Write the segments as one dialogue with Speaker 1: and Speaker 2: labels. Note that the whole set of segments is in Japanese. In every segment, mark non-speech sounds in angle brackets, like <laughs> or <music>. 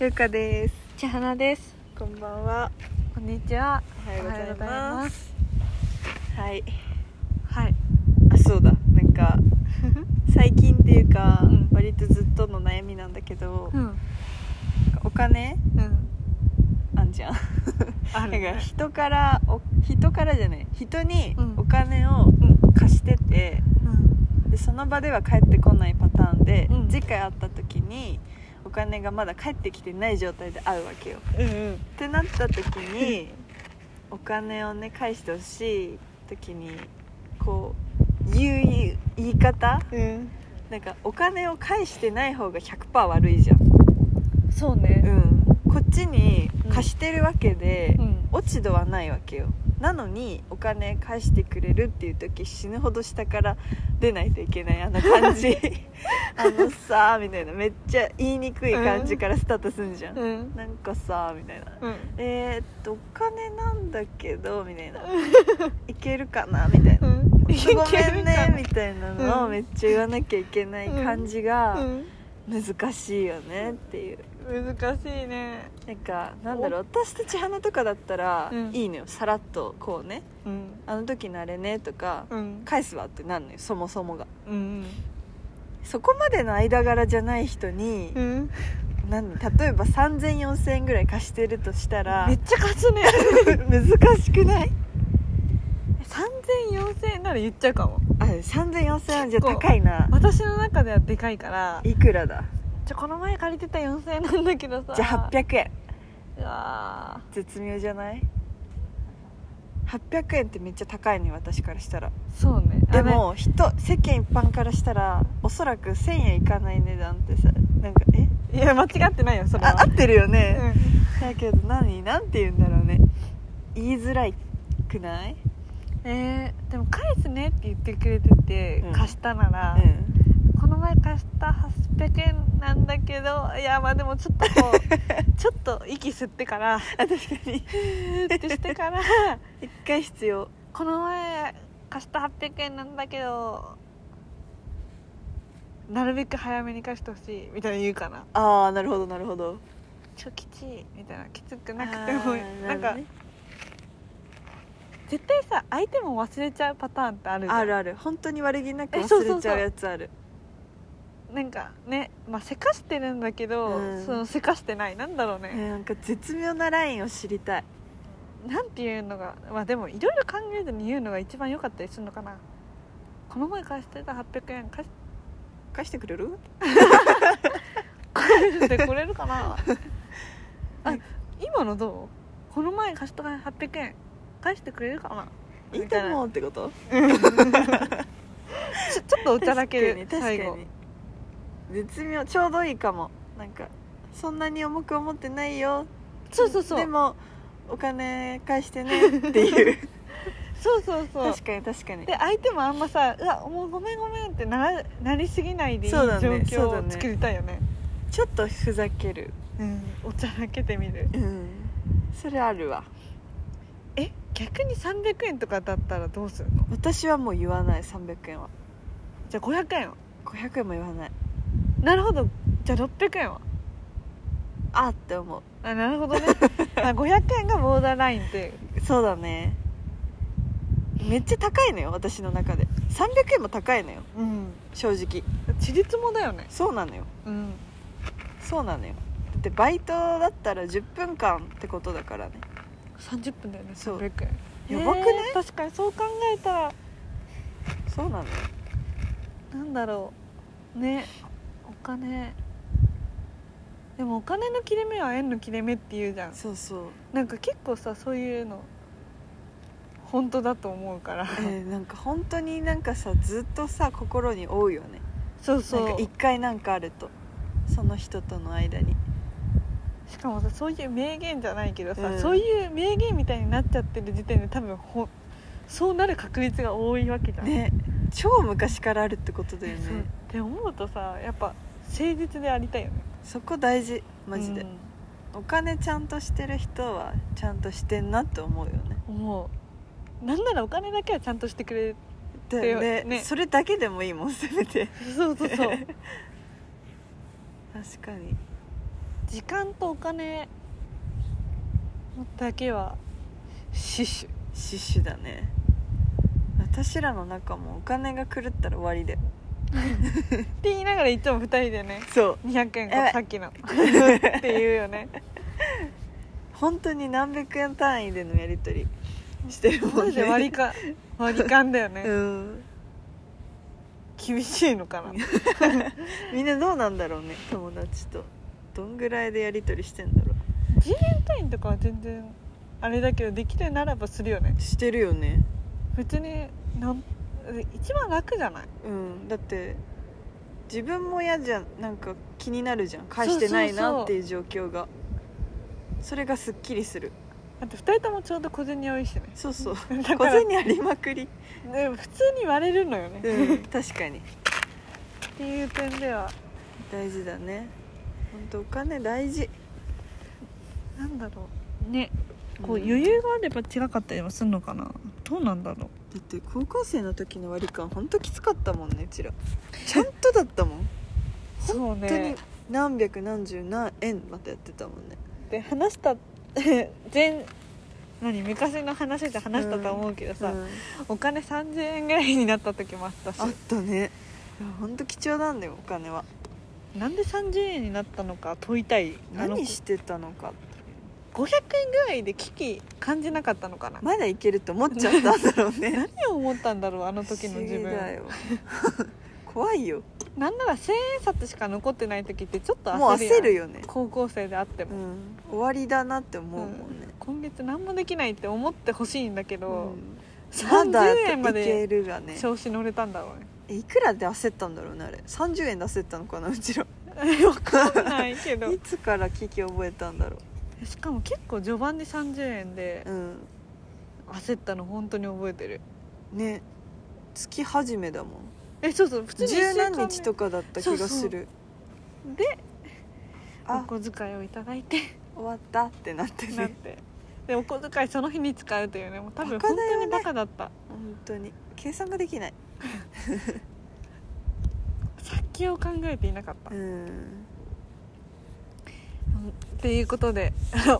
Speaker 1: ゆうかです
Speaker 2: 千花です
Speaker 1: こんばんは
Speaker 2: こんにちは
Speaker 1: おはようござい
Speaker 2: おはようござ
Speaker 1: ま
Speaker 2: います
Speaker 1: はい
Speaker 2: <laughs> はい
Speaker 1: あそうだなんか最近っていうか、
Speaker 2: うん
Speaker 1: 割とずっとの悩みなんだけど、
Speaker 2: うん
Speaker 1: お金
Speaker 2: うん
Speaker 1: あんじゃん
Speaker 2: あ
Speaker 1: <laughs> なんか
Speaker 2: ね
Speaker 1: 人からお人からじゃない人に
Speaker 2: うん
Speaker 1: お金を
Speaker 2: うん
Speaker 1: 貸してて、
Speaker 2: うん
Speaker 1: でその場では返ってこないパターンで、
Speaker 2: うん
Speaker 1: 次回会った時にお金がまだ返ってきてない状態で会うわけよ
Speaker 2: うん
Speaker 1: ってなった時にお金をね返してほしい時にこう言う言い言い方
Speaker 2: うん
Speaker 1: なんかお金を返してない方が100%悪いじゃん、
Speaker 2: そうね
Speaker 1: うん、こっちに貸してるわけで、
Speaker 2: うん
Speaker 1: 落ち度はないわけよなのにお金返してくれるっていう時死ぬほど下から出ないといけないあの
Speaker 2: <laughs>
Speaker 1: 感じあのさみたいなめっちゃ言いにくい感じからスタートすんじゃん、
Speaker 2: うん
Speaker 1: なんかさみたいな
Speaker 2: うん
Speaker 1: えー、っとお金なんだけどみた
Speaker 2: <laughs>
Speaker 1: いないけるかなみたいな
Speaker 2: うん
Speaker 1: 「ごめんね」み
Speaker 2: い
Speaker 1: たいなのを
Speaker 2: うん
Speaker 1: めっちゃ言わなきゃいけない感じが
Speaker 2: うん
Speaker 1: 難しいよねっていう
Speaker 2: 難しいね
Speaker 1: なんかなんだろう私たち花とかだったら
Speaker 2: うん
Speaker 1: いいのよさらっとこうね
Speaker 2: うん
Speaker 1: 「あの時のあれね」とか
Speaker 2: うん
Speaker 1: 「返すわ」ってなんのよそもそもが
Speaker 2: うん
Speaker 1: そこまでの間柄じゃない人に
Speaker 2: うん
Speaker 1: 何例えば30004000円ぐらい貸してるとしたら
Speaker 2: めっちゃ貸 <laughs> すね
Speaker 1: <laughs> 難しくない
Speaker 2: 30004000円なら言っちゃうかも
Speaker 1: あ30004000円じ
Speaker 2: 結
Speaker 1: ゃ
Speaker 2: 構
Speaker 1: 高いな
Speaker 2: 私の中ではでかいから
Speaker 1: いくらだ
Speaker 2: ちょこの前借りてた4000円なんだけどさ
Speaker 1: じゃあ800円
Speaker 2: うわ
Speaker 1: 絶妙じゃない800円ってめっちゃ高いね私からしたら
Speaker 2: ーそうねあ
Speaker 1: でも人世間一般からしたらおそらく1000円いかない値段ってさなんかえ
Speaker 2: ねいや間違ってないよそれ
Speaker 1: あ
Speaker 2: は
Speaker 1: 合ってるよ
Speaker 2: う
Speaker 1: ね、
Speaker 2: ん
Speaker 1: だけど何なんて言うんだろうね言いづらいくない、
Speaker 2: えーでも返すねって言ってくれてて、
Speaker 1: うん
Speaker 2: 貸したなら、
Speaker 1: うん、
Speaker 2: この前貸した800円なんだけどいやまあでもちょっとこ
Speaker 1: <laughs>
Speaker 2: うちょっと息吸ってから
Speaker 1: あ確かに
Speaker 2: ふーってしてから
Speaker 1: 一回必要
Speaker 2: この前貸した800円なんだけどなるべく早めに貸してほしいみたいな言うかな
Speaker 1: ああなるほどなるほど
Speaker 2: ちょきちいみたいなきつくなくても
Speaker 1: あー
Speaker 2: なん
Speaker 1: るほ
Speaker 2: か
Speaker 1: どね
Speaker 2: 絶対さ相手も忘れちゃうパターンってあるじゃん
Speaker 1: あるある本当に悪気なく
Speaker 2: えそう
Speaker 1: 忘
Speaker 2: そ
Speaker 1: れ
Speaker 2: う
Speaker 1: ち
Speaker 2: そう
Speaker 1: ゃうやつある
Speaker 2: なんかねまあせかしてるんだけど、
Speaker 1: うん
Speaker 2: そのせかしてないなんだろうね、
Speaker 1: えーなんか絶妙なラインを知りたい
Speaker 2: なんていうのがまあでもいろいろ考えずに言うのが一番良かったりするのかなこの前貸してた800円貸し
Speaker 1: 返してくれる
Speaker 2: 返してくれるか
Speaker 1: <laughs>
Speaker 2: なあ今のどうこの前貸した800円返してくれるかない
Speaker 1: い
Speaker 2: み
Speaker 1: と
Speaker 2: たいな
Speaker 1: 思うってこと
Speaker 2: ちょちょっとおちゃらける
Speaker 1: 確かに
Speaker 2: 最
Speaker 1: 確
Speaker 2: 後
Speaker 1: かに絶妙ちょうどいいかもなんかそんなに重く思ってないよ
Speaker 2: そうそうそう
Speaker 1: でもお金返して
Speaker 2: <laughs>
Speaker 1: ねっていう
Speaker 2: そうそうそう
Speaker 1: 確かに確かに
Speaker 2: で相手もあんまさ「うわもうごめんごめん」ってならなりすぎないでいい
Speaker 1: そ
Speaker 2: 状
Speaker 1: うだねそうだ
Speaker 2: 況
Speaker 1: ね
Speaker 2: を作りたいよね
Speaker 1: ちょっとふざける
Speaker 2: うんおちゃらけてみる
Speaker 1: うんそれあるわ
Speaker 2: え逆に300円とかだったらどうするの
Speaker 1: 私はもう言わない300円は
Speaker 2: じゃあ500円は
Speaker 1: 500円も言わない
Speaker 2: なるほどじゃあ600円は
Speaker 1: あって思う
Speaker 2: あなるほど <laughs> ねあ500円がボーダーラインって
Speaker 1: そうだねめっちゃ高いのよ私の中で300円も高いのよ
Speaker 2: うん
Speaker 1: 正直
Speaker 2: ちりつもだよね
Speaker 1: そうなのよ
Speaker 2: うん
Speaker 1: そうなのよだってバイトだったら10分間ってことだからね
Speaker 2: 30分だよね
Speaker 1: そう
Speaker 2: 300円
Speaker 1: やばくない
Speaker 2: えー確かにそう考えたら
Speaker 1: そうなのよ
Speaker 2: なんだろうねお金でもお金の切れ目は円の切れ目って言うじゃん
Speaker 1: そうそう、
Speaker 2: なんか結構さそういうの本当だと思うから、
Speaker 1: えーなんか本当になんかさずっとさ心に覆うよね
Speaker 2: そう
Speaker 1: なん
Speaker 2: そ
Speaker 1: か一
Speaker 2: う
Speaker 1: 回なんかあるとその人との間に
Speaker 2: しかもさそういう名言じゃないけどさ、
Speaker 1: うん
Speaker 2: そういう名言みたいになっちゃってる時点で多分ほそうなる確率が多いわけじゃん、
Speaker 1: ね超昔からあるってことだよ
Speaker 2: そうっ
Speaker 1: ね
Speaker 2: て思うとさやっぱ誠実でありたいよね
Speaker 1: そこ大事マジで、
Speaker 2: うん
Speaker 1: お金ちゃんとしてる人はちゃんとしてんなって思うよね
Speaker 2: 思うなんならお金だけはちゃんとしてくれる
Speaker 1: だよね
Speaker 2: でね
Speaker 1: それだけでも <laughs> いいもんせめて
Speaker 2: そうそうそう
Speaker 1: 確かに
Speaker 2: 時間とお金だけは死守
Speaker 1: 死守だね私らの中もお金が狂ったら終わりだよ
Speaker 2: って言いながらいつも2人でね
Speaker 1: そう
Speaker 2: 200円
Speaker 1: やば
Speaker 2: が
Speaker 1: い
Speaker 2: さっき
Speaker 1: <laughs>
Speaker 2: のっていうよね
Speaker 1: 本当に何百円単位でのやり取りしてるも
Speaker 2: マ
Speaker 1: ん
Speaker 2: ジ
Speaker 1: ね
Speaker 2: で割りか割り勘だよね、
Speaker 1: うん
Speaker 2: 厳しいのかな
Speaker 1: みんなどうなんだろうね友達とどんぐらいでやり取りしてんだろ
Speaker 2: 人円単位とかは全然あれだけどできるならばするよね
Speaker 1: うしてるよね
Speaker 2: 別になん一番楽じゃない
Speaker 1: うんだって自分も嫌じゃんなんか気になるじゃん返してないなっていう状況がそれがすっきりする
Speaker 2: だって2人ともちょうど小銭多いしね
Speaker 1: そうそう
Speaker 2: だ
Speaker 1: 小
Speaker 2: から
Speaker 1: 銭ありまくり
Speaker 2: でも普通に割れるのよね、っ
Speaker 1: うん確かに
Speaker 2: ていう点では
Speaker 1: 大事だね本当お金大事
Speaker 2: なんだろうねこう
Speaker 1: うん
Speaker 2: 余裕があれば違かったりはするのかなどうなんだろ
Speaker 1: だって高校生の時の割り勘本当きつかったもんねうちらちゃんとだったも
Speaker 2: <laughs>
Speaker 1: ん
Speaker 2: うそう
Speaker 1: 本当に何百何十何円またやってたもんね
Speaker 2: で話した <laughs> 前何昔の話で話したと思うけどさ、
Speaker 1: うん
Speaker 2: お金30円ぐらいになった時もあったし
Speaker 1: あったねいや本当貴重なんだよお金は
Speaker 2: なんで30円になったのか問いたいあの
Speaker 1: 何してたのか
Speaker 2: 500円ぐらいで危機感じなかったのかな
Speaker 1: まだいけると思っちゃったんだろうね
Speaker 2: 何を思ったんだろう <laughs> あの時の自
Speaker 1: 不思議だ
Speaker 2: 分
Speaker 1: よ <laughs> 怖いよ
Speaker 2: なんなら1000円札しか残ってない時ってちょっと焦る
Speaker 1: もう
Speaker 2: やん
Speaker 1: 焦るよね、
Speaker 2: 高校生であって
Speaker 1: う
Speaker 2: も、
Speaker 1: ん、終わりだなって思うもんね、
Speaker 2: 今月何もできないって思ってほしいんだけど、
Speaker 1: うんまだ
Speaker 2: 30円ま
Speaker 1: いけ
Speaker 2: で
Speaker 1: るがね
Speaker 2: 調子乗れたんだろうね
Speaker 1: えいくらで焦ったんだろうねあれ30円で焦ったのかなうちら
Speaker 2: <laughs> 分かんないけど
Speaker 1: いつから危機覚えたんだろ
Speaker 2: しかも結構序盤で30円で
Speaker 1: ううん
Speaker 2: 焦ったの本当に覚えてる
Speaker 1: ね月始めだもん
Speaker 2: えそうそう普通に
Speaker 1: 十何日と
Speaker 2: か
Speaker 1: かだった気がする
Speaker 2: でお
Speaker 1: あ
Speaker 2: 小遣いをいただいて
Speaker 1: 終わったってなって
Speaker 2: なっ
Speaker 1: ね
Speaker 2: てでお小遣いその日に使うというねもう多分
Speaker 1: バカ
Speaker 2: 本
Speaker 1: だよ
Speaker 2: 当
Speaker 1: ね
Speaker 2: にバカだった
Speaker 1: 本当に計算ができない
Speaker 2: 先を考えていなかった、う
Speaker 1: う
Speaker 2: ん
Speaker 1: ん
Speaker 2: っていうことで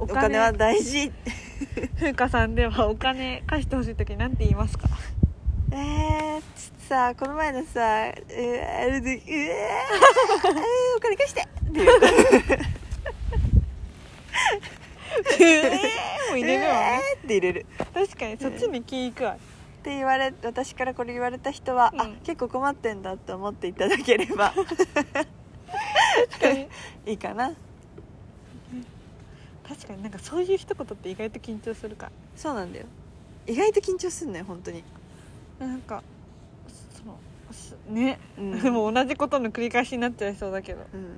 Speaker 2: お
Speaker 1: お金は大事
Speaker 2: 風花さんではお金貸してほしい時なんて言いますか
Speaker 1: えー、ちょっとさこの前のさえー、あれでう <laughs> えーえーお金貸してっていう
Speaker 2: えーも入れるわね
Speaker 1: えーって入れる
Speaker 2: 確かにそっちに気いくわ
Speaker 1: って言われ私からこれ言われた人は、
Speaker 2: うん
Speaker 1: あ結構困ってんだって思っていただければ
Speaker 2: 確かに
Speaker 1: いいかな
Speaker 2: 確かになんかそういう一言って意外と緊張するか
Speaker 1: そうなんだよ意外と緊張すんのよ本当に、
Speaker 2: らなんかそのすね、
Speaker 1: うん
Speaker 2: で <laughs> も同じことの繰り返しになっちゃいそうだけど
Speaker 1: うん、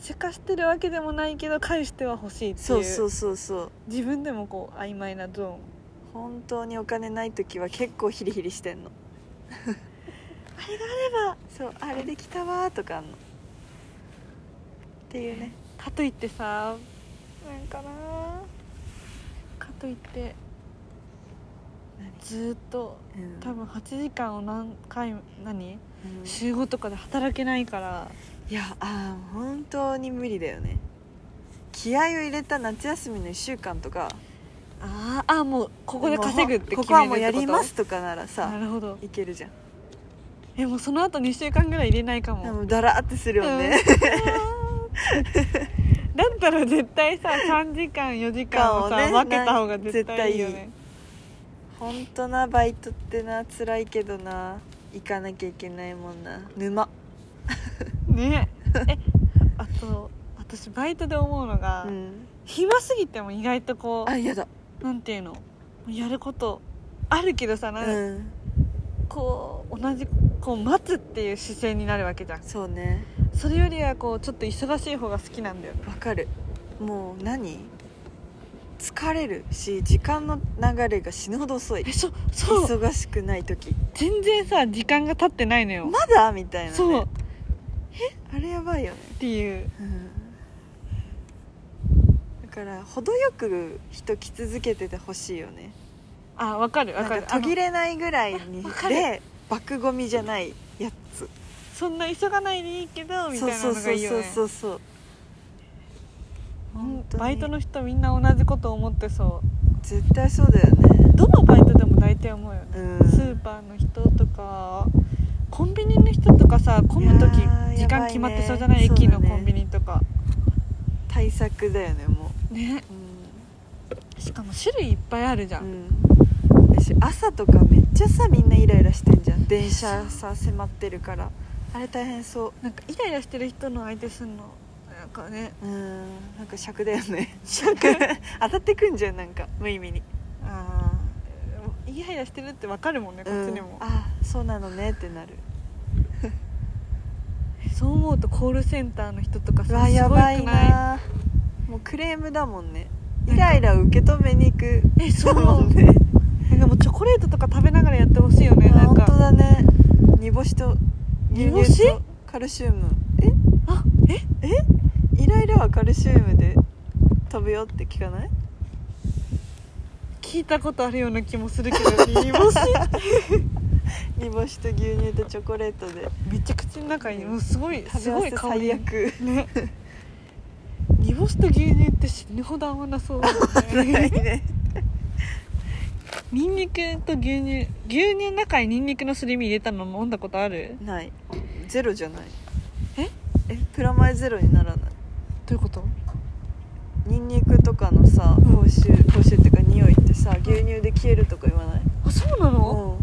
Speaker 2: せかしてるわけでもないけど返しては欲しいっていう
Speaker 1: そうそうそうそう
Speaker 2: 自分でもこう曖昧なゾーン
Speaker 1: 本当にお金ない時は結構ヒリヒリし
Speaker 2: <laughs>
Speaker 1: てんのあれがあればそうあれできたわーとかあんのっていうね
Speaker 2: かといってさなんかなかといってずーっと
Speaker 1: うん
Speaker 2: 多分8時間を何回何
Speaker 1: うん
Speaker 2: 週5とかで働けないから
Speaker 1: いやあー本当に無理だよね気合を入れた夏休みの1週間とか
Speaker 2: あーあーもうここで稼ぐって決めるってこ
Speaker 1: もうことこはもうやりますとかなら
Speaker 2: な
Speaker 1: さ
Speaker 2: るほど
Speaker 1: いけるじゃん
Speaker 2: えもうその後2週間ぐらい入れないかも、
Speaker 1: でもだらーってするよ
Speaker 2: <laughs>
Speaker 1: ね、
Speaker 2: うんだったら絶対さ3時間4時間をさ
Speaker 1: 時間をね
Speaker 2: 分けた方が絶対いいよ
Speaker 1: な絶
Speaker 2: ね
Speaker 1: 本当なバイトってな辛いけどな行かなきゃいけないもんな沼
Speaker 2: ねえあと私バイトで思うのが、
Speaker 1: うん
Speaker 2: 暇すぎても意外とこ
Speaker 1: あやだ
Speaker 2: うなんていうのやることあるけどさなんか
Speaker 1: うん
Speaker 2: こう同じこう待つっていう姿勢になるわけじゃん
Speaker 1: そうね
Speaker 2: それよりはこうちょっと忙しい方が好きなんだよね
Speaker 1: わかるもう何疲れるし時間の流れが死ぬほど遅い
Speaker 2: えそそう
Speaker 1: 忙しくない時
Speaker 2: 全然さ時間が経ってないのよ、
Speaker 1: まだみたいな、ね、
Speaker 2: そうっ
Speaker 1: あれやばいよね、
Speaker 2: ていう
Speaker 1: うん、だから程よく人来続けててほしいよね
Speaker 2: あわかるわ
Speaker 1: なん
Speaker 2: か
Speaker 1: か
Speaker 2: る
Speaker 1: 途切れないぐらいに
Speaker 2: あわかる
Speaker 1: で爆ゴミじゃないや
Speaker 2: あ
Speaker 1: つ
Speaker 2: のそんな急がないでいいけどみたいなのがいいよね
Speaker 1: そうそうそうそうそう本当に
Speaker 2: バイトの人みんな同じこと思ってそ
Speaker 1: 絶対そうだよね
Speaker 2: うどのバイトでも大体思うよね、
Speaker 1: うん
Speaker 2: スーパーの人とかコンビニの人とかさ混む時
Speaker 1: いやー
Speaker 2: 時
Speaker 1: やばい
Speaker 2: 間
Speaker 1: ね
Speaker 2: 決まってそうじゃない
Speaker 1: そうだね
Speaker 2: 駅のコンビニとか
Speaker 1: 対策だよねも
Speaker 2: ね
Speaker 1: う
Speaker 2: しかも種類いっぱいあるじゃ、
Speaker 1: うんん、うん、私朝とかめっちゃさみんなイライラしてんじゃん電車さ迫ってるからあれ大変そ
Speaker 2: なんかイライラしてる人の相手すんのなんかね
Speaker 1: ううんなんか尺だよね尺 <laughs> 当たってくんじゃんなんか無意味に
Speaker 2: あイライラしてるってわかるもんねこっちに
Speaker 1: うん
Speaker 2: も、
Speaker 1: あそうなのねってなる
Speaker 2: そう思うとコールセンターの人とか
Speaker 1: う
Speaker 2: さ
Speaker 1: わ
Speaker 2: す
Speaker 1: や
Speaker 2: ごく
Speaker 1: ば
Speaker 2: ないい
Speaker 1: なもうクレームだもんね
Speaker 2: なんか
Speaker 1: イライラを受け止めに行く
Speaker 2: えそう
Speaker 1: だもんね
Speaker 2: なんかもうチョコレートとか食べながらやってほしいよね
Speaker 1: いや
Speaker 2: なん
Speaker 1: 本当
Speaker 2: か
Speaker 1: だね煮干しと牛
Speaker 2: 煮干し
Speaker 1: 乳とカルシウム
Speaker 2: あえ
Speaker 1: イライラはカルシウムで飛ぶよって聞かない
Speaker 2: 聞いたことあるような気もするけ
Speaker 1: <laughs>
Speaker 2: ど煮干し
Speaker 1: 煮干しと牛乳とチョコレートで
Speaker 2: めちゃくちゃ仲いいもうすごい
Speaker 1: 食
Speaker 2: す
Speaker 1: べ合
Speaker 2: ご
Speaker 1: わ
Speaker 2: い
Speaker 1: せ
Speaker 2: 香り
Speaker 1: 最悪
Speaker 2: ね煮干しと牛乳って死ぬほど合わなそうだ
Speaker 1: <laughs>
Speaker 2: よ
Speaker 1: な
Speaker 2: ね
Speaker 1: いね
Speaker 2: ニンニクと牛乳牛乳の中にニンニクのすり身入れたの飲んだことある
Speaker 1: ないゼロじゃない
Speaker 2: え
Speaker 1: えプラマイゼロにならない
Speaker 2: どういうこと
Speaker 1: ニンニクとかのさ
Speaker 2: うん
Speaker 1: 口臭口臭っていうか匂いってさ牛乳で消えるとか言わない
Speaker 2: あそうなの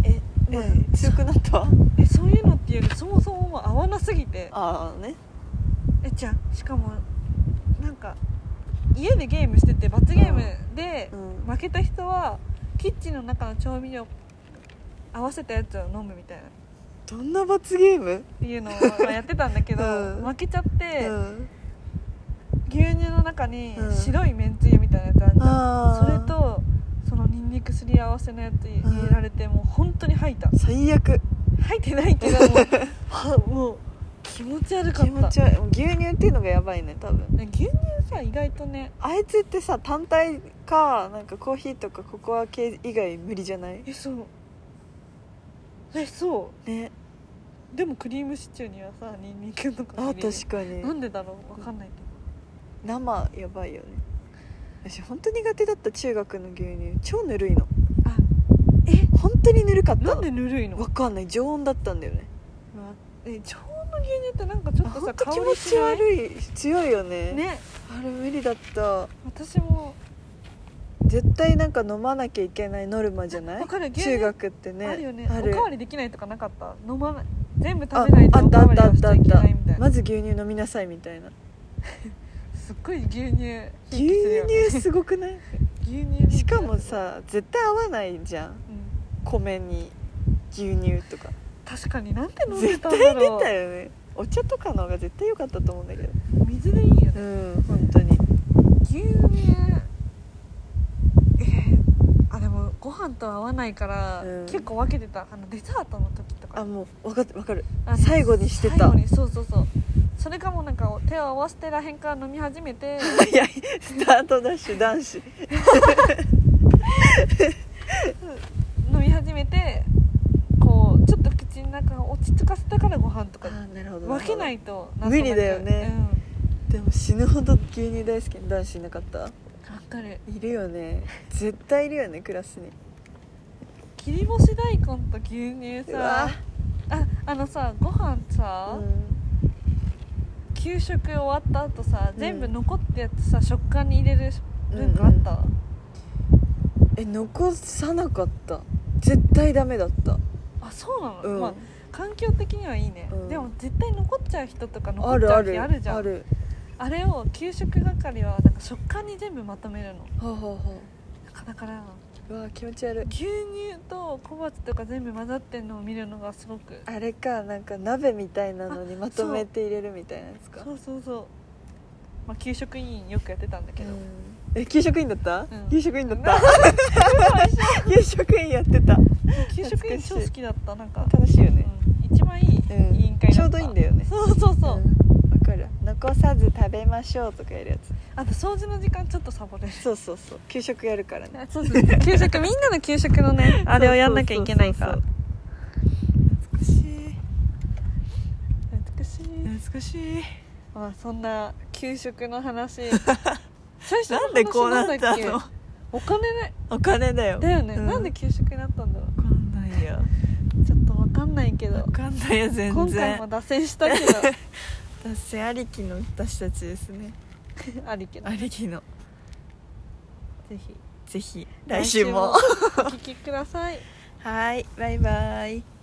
Speaker 1: うんえ
Speaker 2: まあ
Speaker 1: え強くなった
Speaker 2: えそういうのっていうよりそもそももう合わなすぎて
Speaker 1: ああね
Speaker 2: えじゃあしかもなんか家でゲームしてて罰ゲームで
Speaker 1: うん
Speaker 2: 負けた人はキッチンの中の調味料合わせたやつを飲むみたいなっ
Speaker 1: どんな罰ゲーム
Speaker 2: ていうのをまあやってたんだけど、
Speaker 1: うん
Speaker 2: 負けちゃっ
Speaker 1: う
Speaker 2: て、
Speaker 1: ん
Speaker 2: 牛乳の中に
Speaker 1: うん
Speaker 2: 白いめんつゆみたいなやつあるじ
Speaker 1: あ
Speaker 2: ゃん、
Speaker 1: ー
Speaker 2: それとそのニンニクすり合わせのやつ入れられて、もう本当に吐いた
Speaker 1: 最悪
Speaker 2: 吐いてないけど
Speaker 1: <laughs>
Speaker 2: もうはもう気持ち悪か
Speaker 1: 気
Speaker 2: った
Speaker 1: 持ち悪い牛乳っていうのがやばいね多分
Speaker 2: ね牛乳さ意外とね
Speaker 1: あいつってさ単体かなんかコーヒーとかココア系以外無理じゃない
Speaker 2: えそうえそ
Speaker 1: ね
Speaker 2: うでもクリームシチューにはさニンニクとか
Speaker 1: あ
Speaker 2: 入れる
Speaker 1: 確かに
Speaker 2: なんでだろうわかんないけ
Speaker 1: 生やばいよね私本当苦手だった中学の牛乳超ぬるいの
Speaker 2: どあえ
Speaker 1: 本当にぬるかった
Speaker 2: なんでぬるいの
Speaker 1: わかんない常温だったんだよね
Speaker 2: え常温の牛乳ってなんかちょっと
Speaker 1: 本
Speaker 2: さ
Speaker 1: 当
Speaker 2: 香
Speaker 1: 気
Speaker 2: り
Speaker 1: 持
Speaker 2: し
Speaker 1: ち
Speaker 2: ない
Speaker 1: 悪い強いよね
Speaker 2: ね
Speaker 1: あれ無理だった
Speaker 2: 私も
Speaker 1: 絶対なんか飲まなきゃいけないノルマじゃない
Speaker 2: わかる牛乳
Speaker 1: 中学ってね
Speaker 2: あるよね
Speaker 1: ある
Speaker 2: おかわりできないとかなかった飲まない全部食べないとおかわり
Speaker 1: ああ
Speaker 2: は
Speaker 1: っ
Speaker 2: しち
Speaker 1: た
Speaker 2: ゃ
Speaker 1: あっ
Speaker 2: いけ
Speaker 1: たあっ
Speaker 2: ないみたい
Speaker 1: た
Speaker 2: な
Speaker 1: まず牛乳飲みなさいみたいな
Speaker 2: すっごい牛乳ひい
Speaker 1: 牛
Speaker 2: きするよね
Speaker 1: 乳すごくない
Speaker 2: 牛乳
Speaker 1: しかも、さ絶対合わないじゃん
Speaker 2: うん
Speaker 1: 米に牛乳とか
Speaker 2: 確かになんて飲んで
Speaker 1: 絶
Speaker 2: たんだ
Speaker 1: 対出
Speaker 2: ろ
Speaker 1: たよねお茶とかの方が絶対良かったと思うんだけど
Speaker 2: う水でいいよね
Speaker 1: うん本当に
Speaker 2: 牛乳えーあでもご飯と合わないから、
Speaker 1: うん
Speaker 2: 結構分けてたあのデザートの時とか
Speaker 1: あもう分かって分かる <laughs>
Speaker 2: あの
Speaker 1: 最後にしてた
Speaker 2: 最後にそうそうそうそれかもうなんか手を合わせてらへんから飲み始めて
Speaker 1: 早いスタートダッシュ男子
Speaker 2: 飲み始めてこうちょっと口の中を落ち着かせたからご飯とか
Speaker 1: なるほ
Speaker 2: 分けないとんとなく
Speaker 1: 無理だよね
Speaker 2: う
Speaker 1: でも死ぬほど牛乳大好きな男子いなかった
Speaker 2: ん、分かる
Speaker 1: いるよね絶対いるよねクラスに
Speaker 2: 切り干し大根と牛乳
Speaker 1: う
Speaker 2: さ
Speaker 1: わ
Speaker 2: ああのさご飯
Speaker 1: う
Speaker 2: さ、
Speaker 1: ん
Speaker 2: 給食終わった後さ
Speaker 1: うん
Speaker 2: 全部残ったやつさ、食感に入れる文化あった、
Speaker 1: え残さなかった絶対ダメだった
Speaker 2: あそうなの、
Speaker 1: うん、
Speaker 2: まあ環境的にはいいね、
Speaker 1: うん
Speaker 2: でも絶対残っちゃう人とか残っ
Speaker 1: あ
Speaker 2: ち
Speaker 1: る
Speaker 2: ゃ
Speaker 1: あ
Speaker 2: う日
Speaker 1: る
Speaker 2: あるじゃんあ
Speaker 1: ある
Speaker 2: れを給食係はなんか食感に全部まとめるの
Speaker 1: はあ、はあは
Speaker 2: だからだから
Speaker 1: あ、うわ気持ち悪い
Speaker 2: 牛乳と小鉢とか全部混ざってんのを見るのがすごく
Speaker 1: あれかなんか鍋みたいなのにまとめて入れるみたいなやつか
Speaker 2: そうそうそう、まあ、給食委員よくやってたんだけど、
Speaker 1: え給食員だった、
Speaker 2: うん
Speaker 1: 給食員だった <laughs> 給食員やってた
Speaker 2: 給食委員超
Speaker 1: 懐かしい
Speaker 2: 好きだったなんか、
Speaker 1: 楽しいよね、
Speaker 2: うん、一番いい
Speaker 1: うん
Speaker 2: 委員会だった、
Speaker 1: ちょうどいいんだよね
Speaker 2: そうそうそう、
Speaker 1: うんわかる残さず食べましょうとかやるや
Speaker 2: あと掃除の時間ちょっとサボれる
Speaker 1: つそうそうそう給食やるからね
Speaker 2: そうそう給食みんなの給食の <laughs> ねあれをやんなきゃいけないから
Speaker 1: そう懐かしい
Speaker 2: <laughs> 懐かしい
Speaker 1: 懐かしい
Speaker 2: まあそんな給食の話最初の話
Speaker 1: なんでこうな
Speaker 2: だ
Speaker 1: っ
Speaker 2: け
Speaker 1: たの
Speaker 2: お金ね
Speaker 1: お金だよ
Speaker 2: だよね、
Speaker 1: う
Speaker 2: なんで給食になったんだろ
Speaker 1: わかんないよ
Speaker 2: うちょっとわかんないけど
Speaker 1: わかんないよ全
Speaker 2: 今回
Speaker 1: 然
Speaker 2: も脱線した
Speaker 1: <laughs>
Speaker 2: けど
Speaker 1: 達成ありきの私たちですね
Speaker 2: ありけど
Speaker 1: ありきの
Speaker 2: ぜひ
Speaker 1: ぜひ来週も
Speaker 2: 来週もお聞きください
Speaker 1: はいバイバイ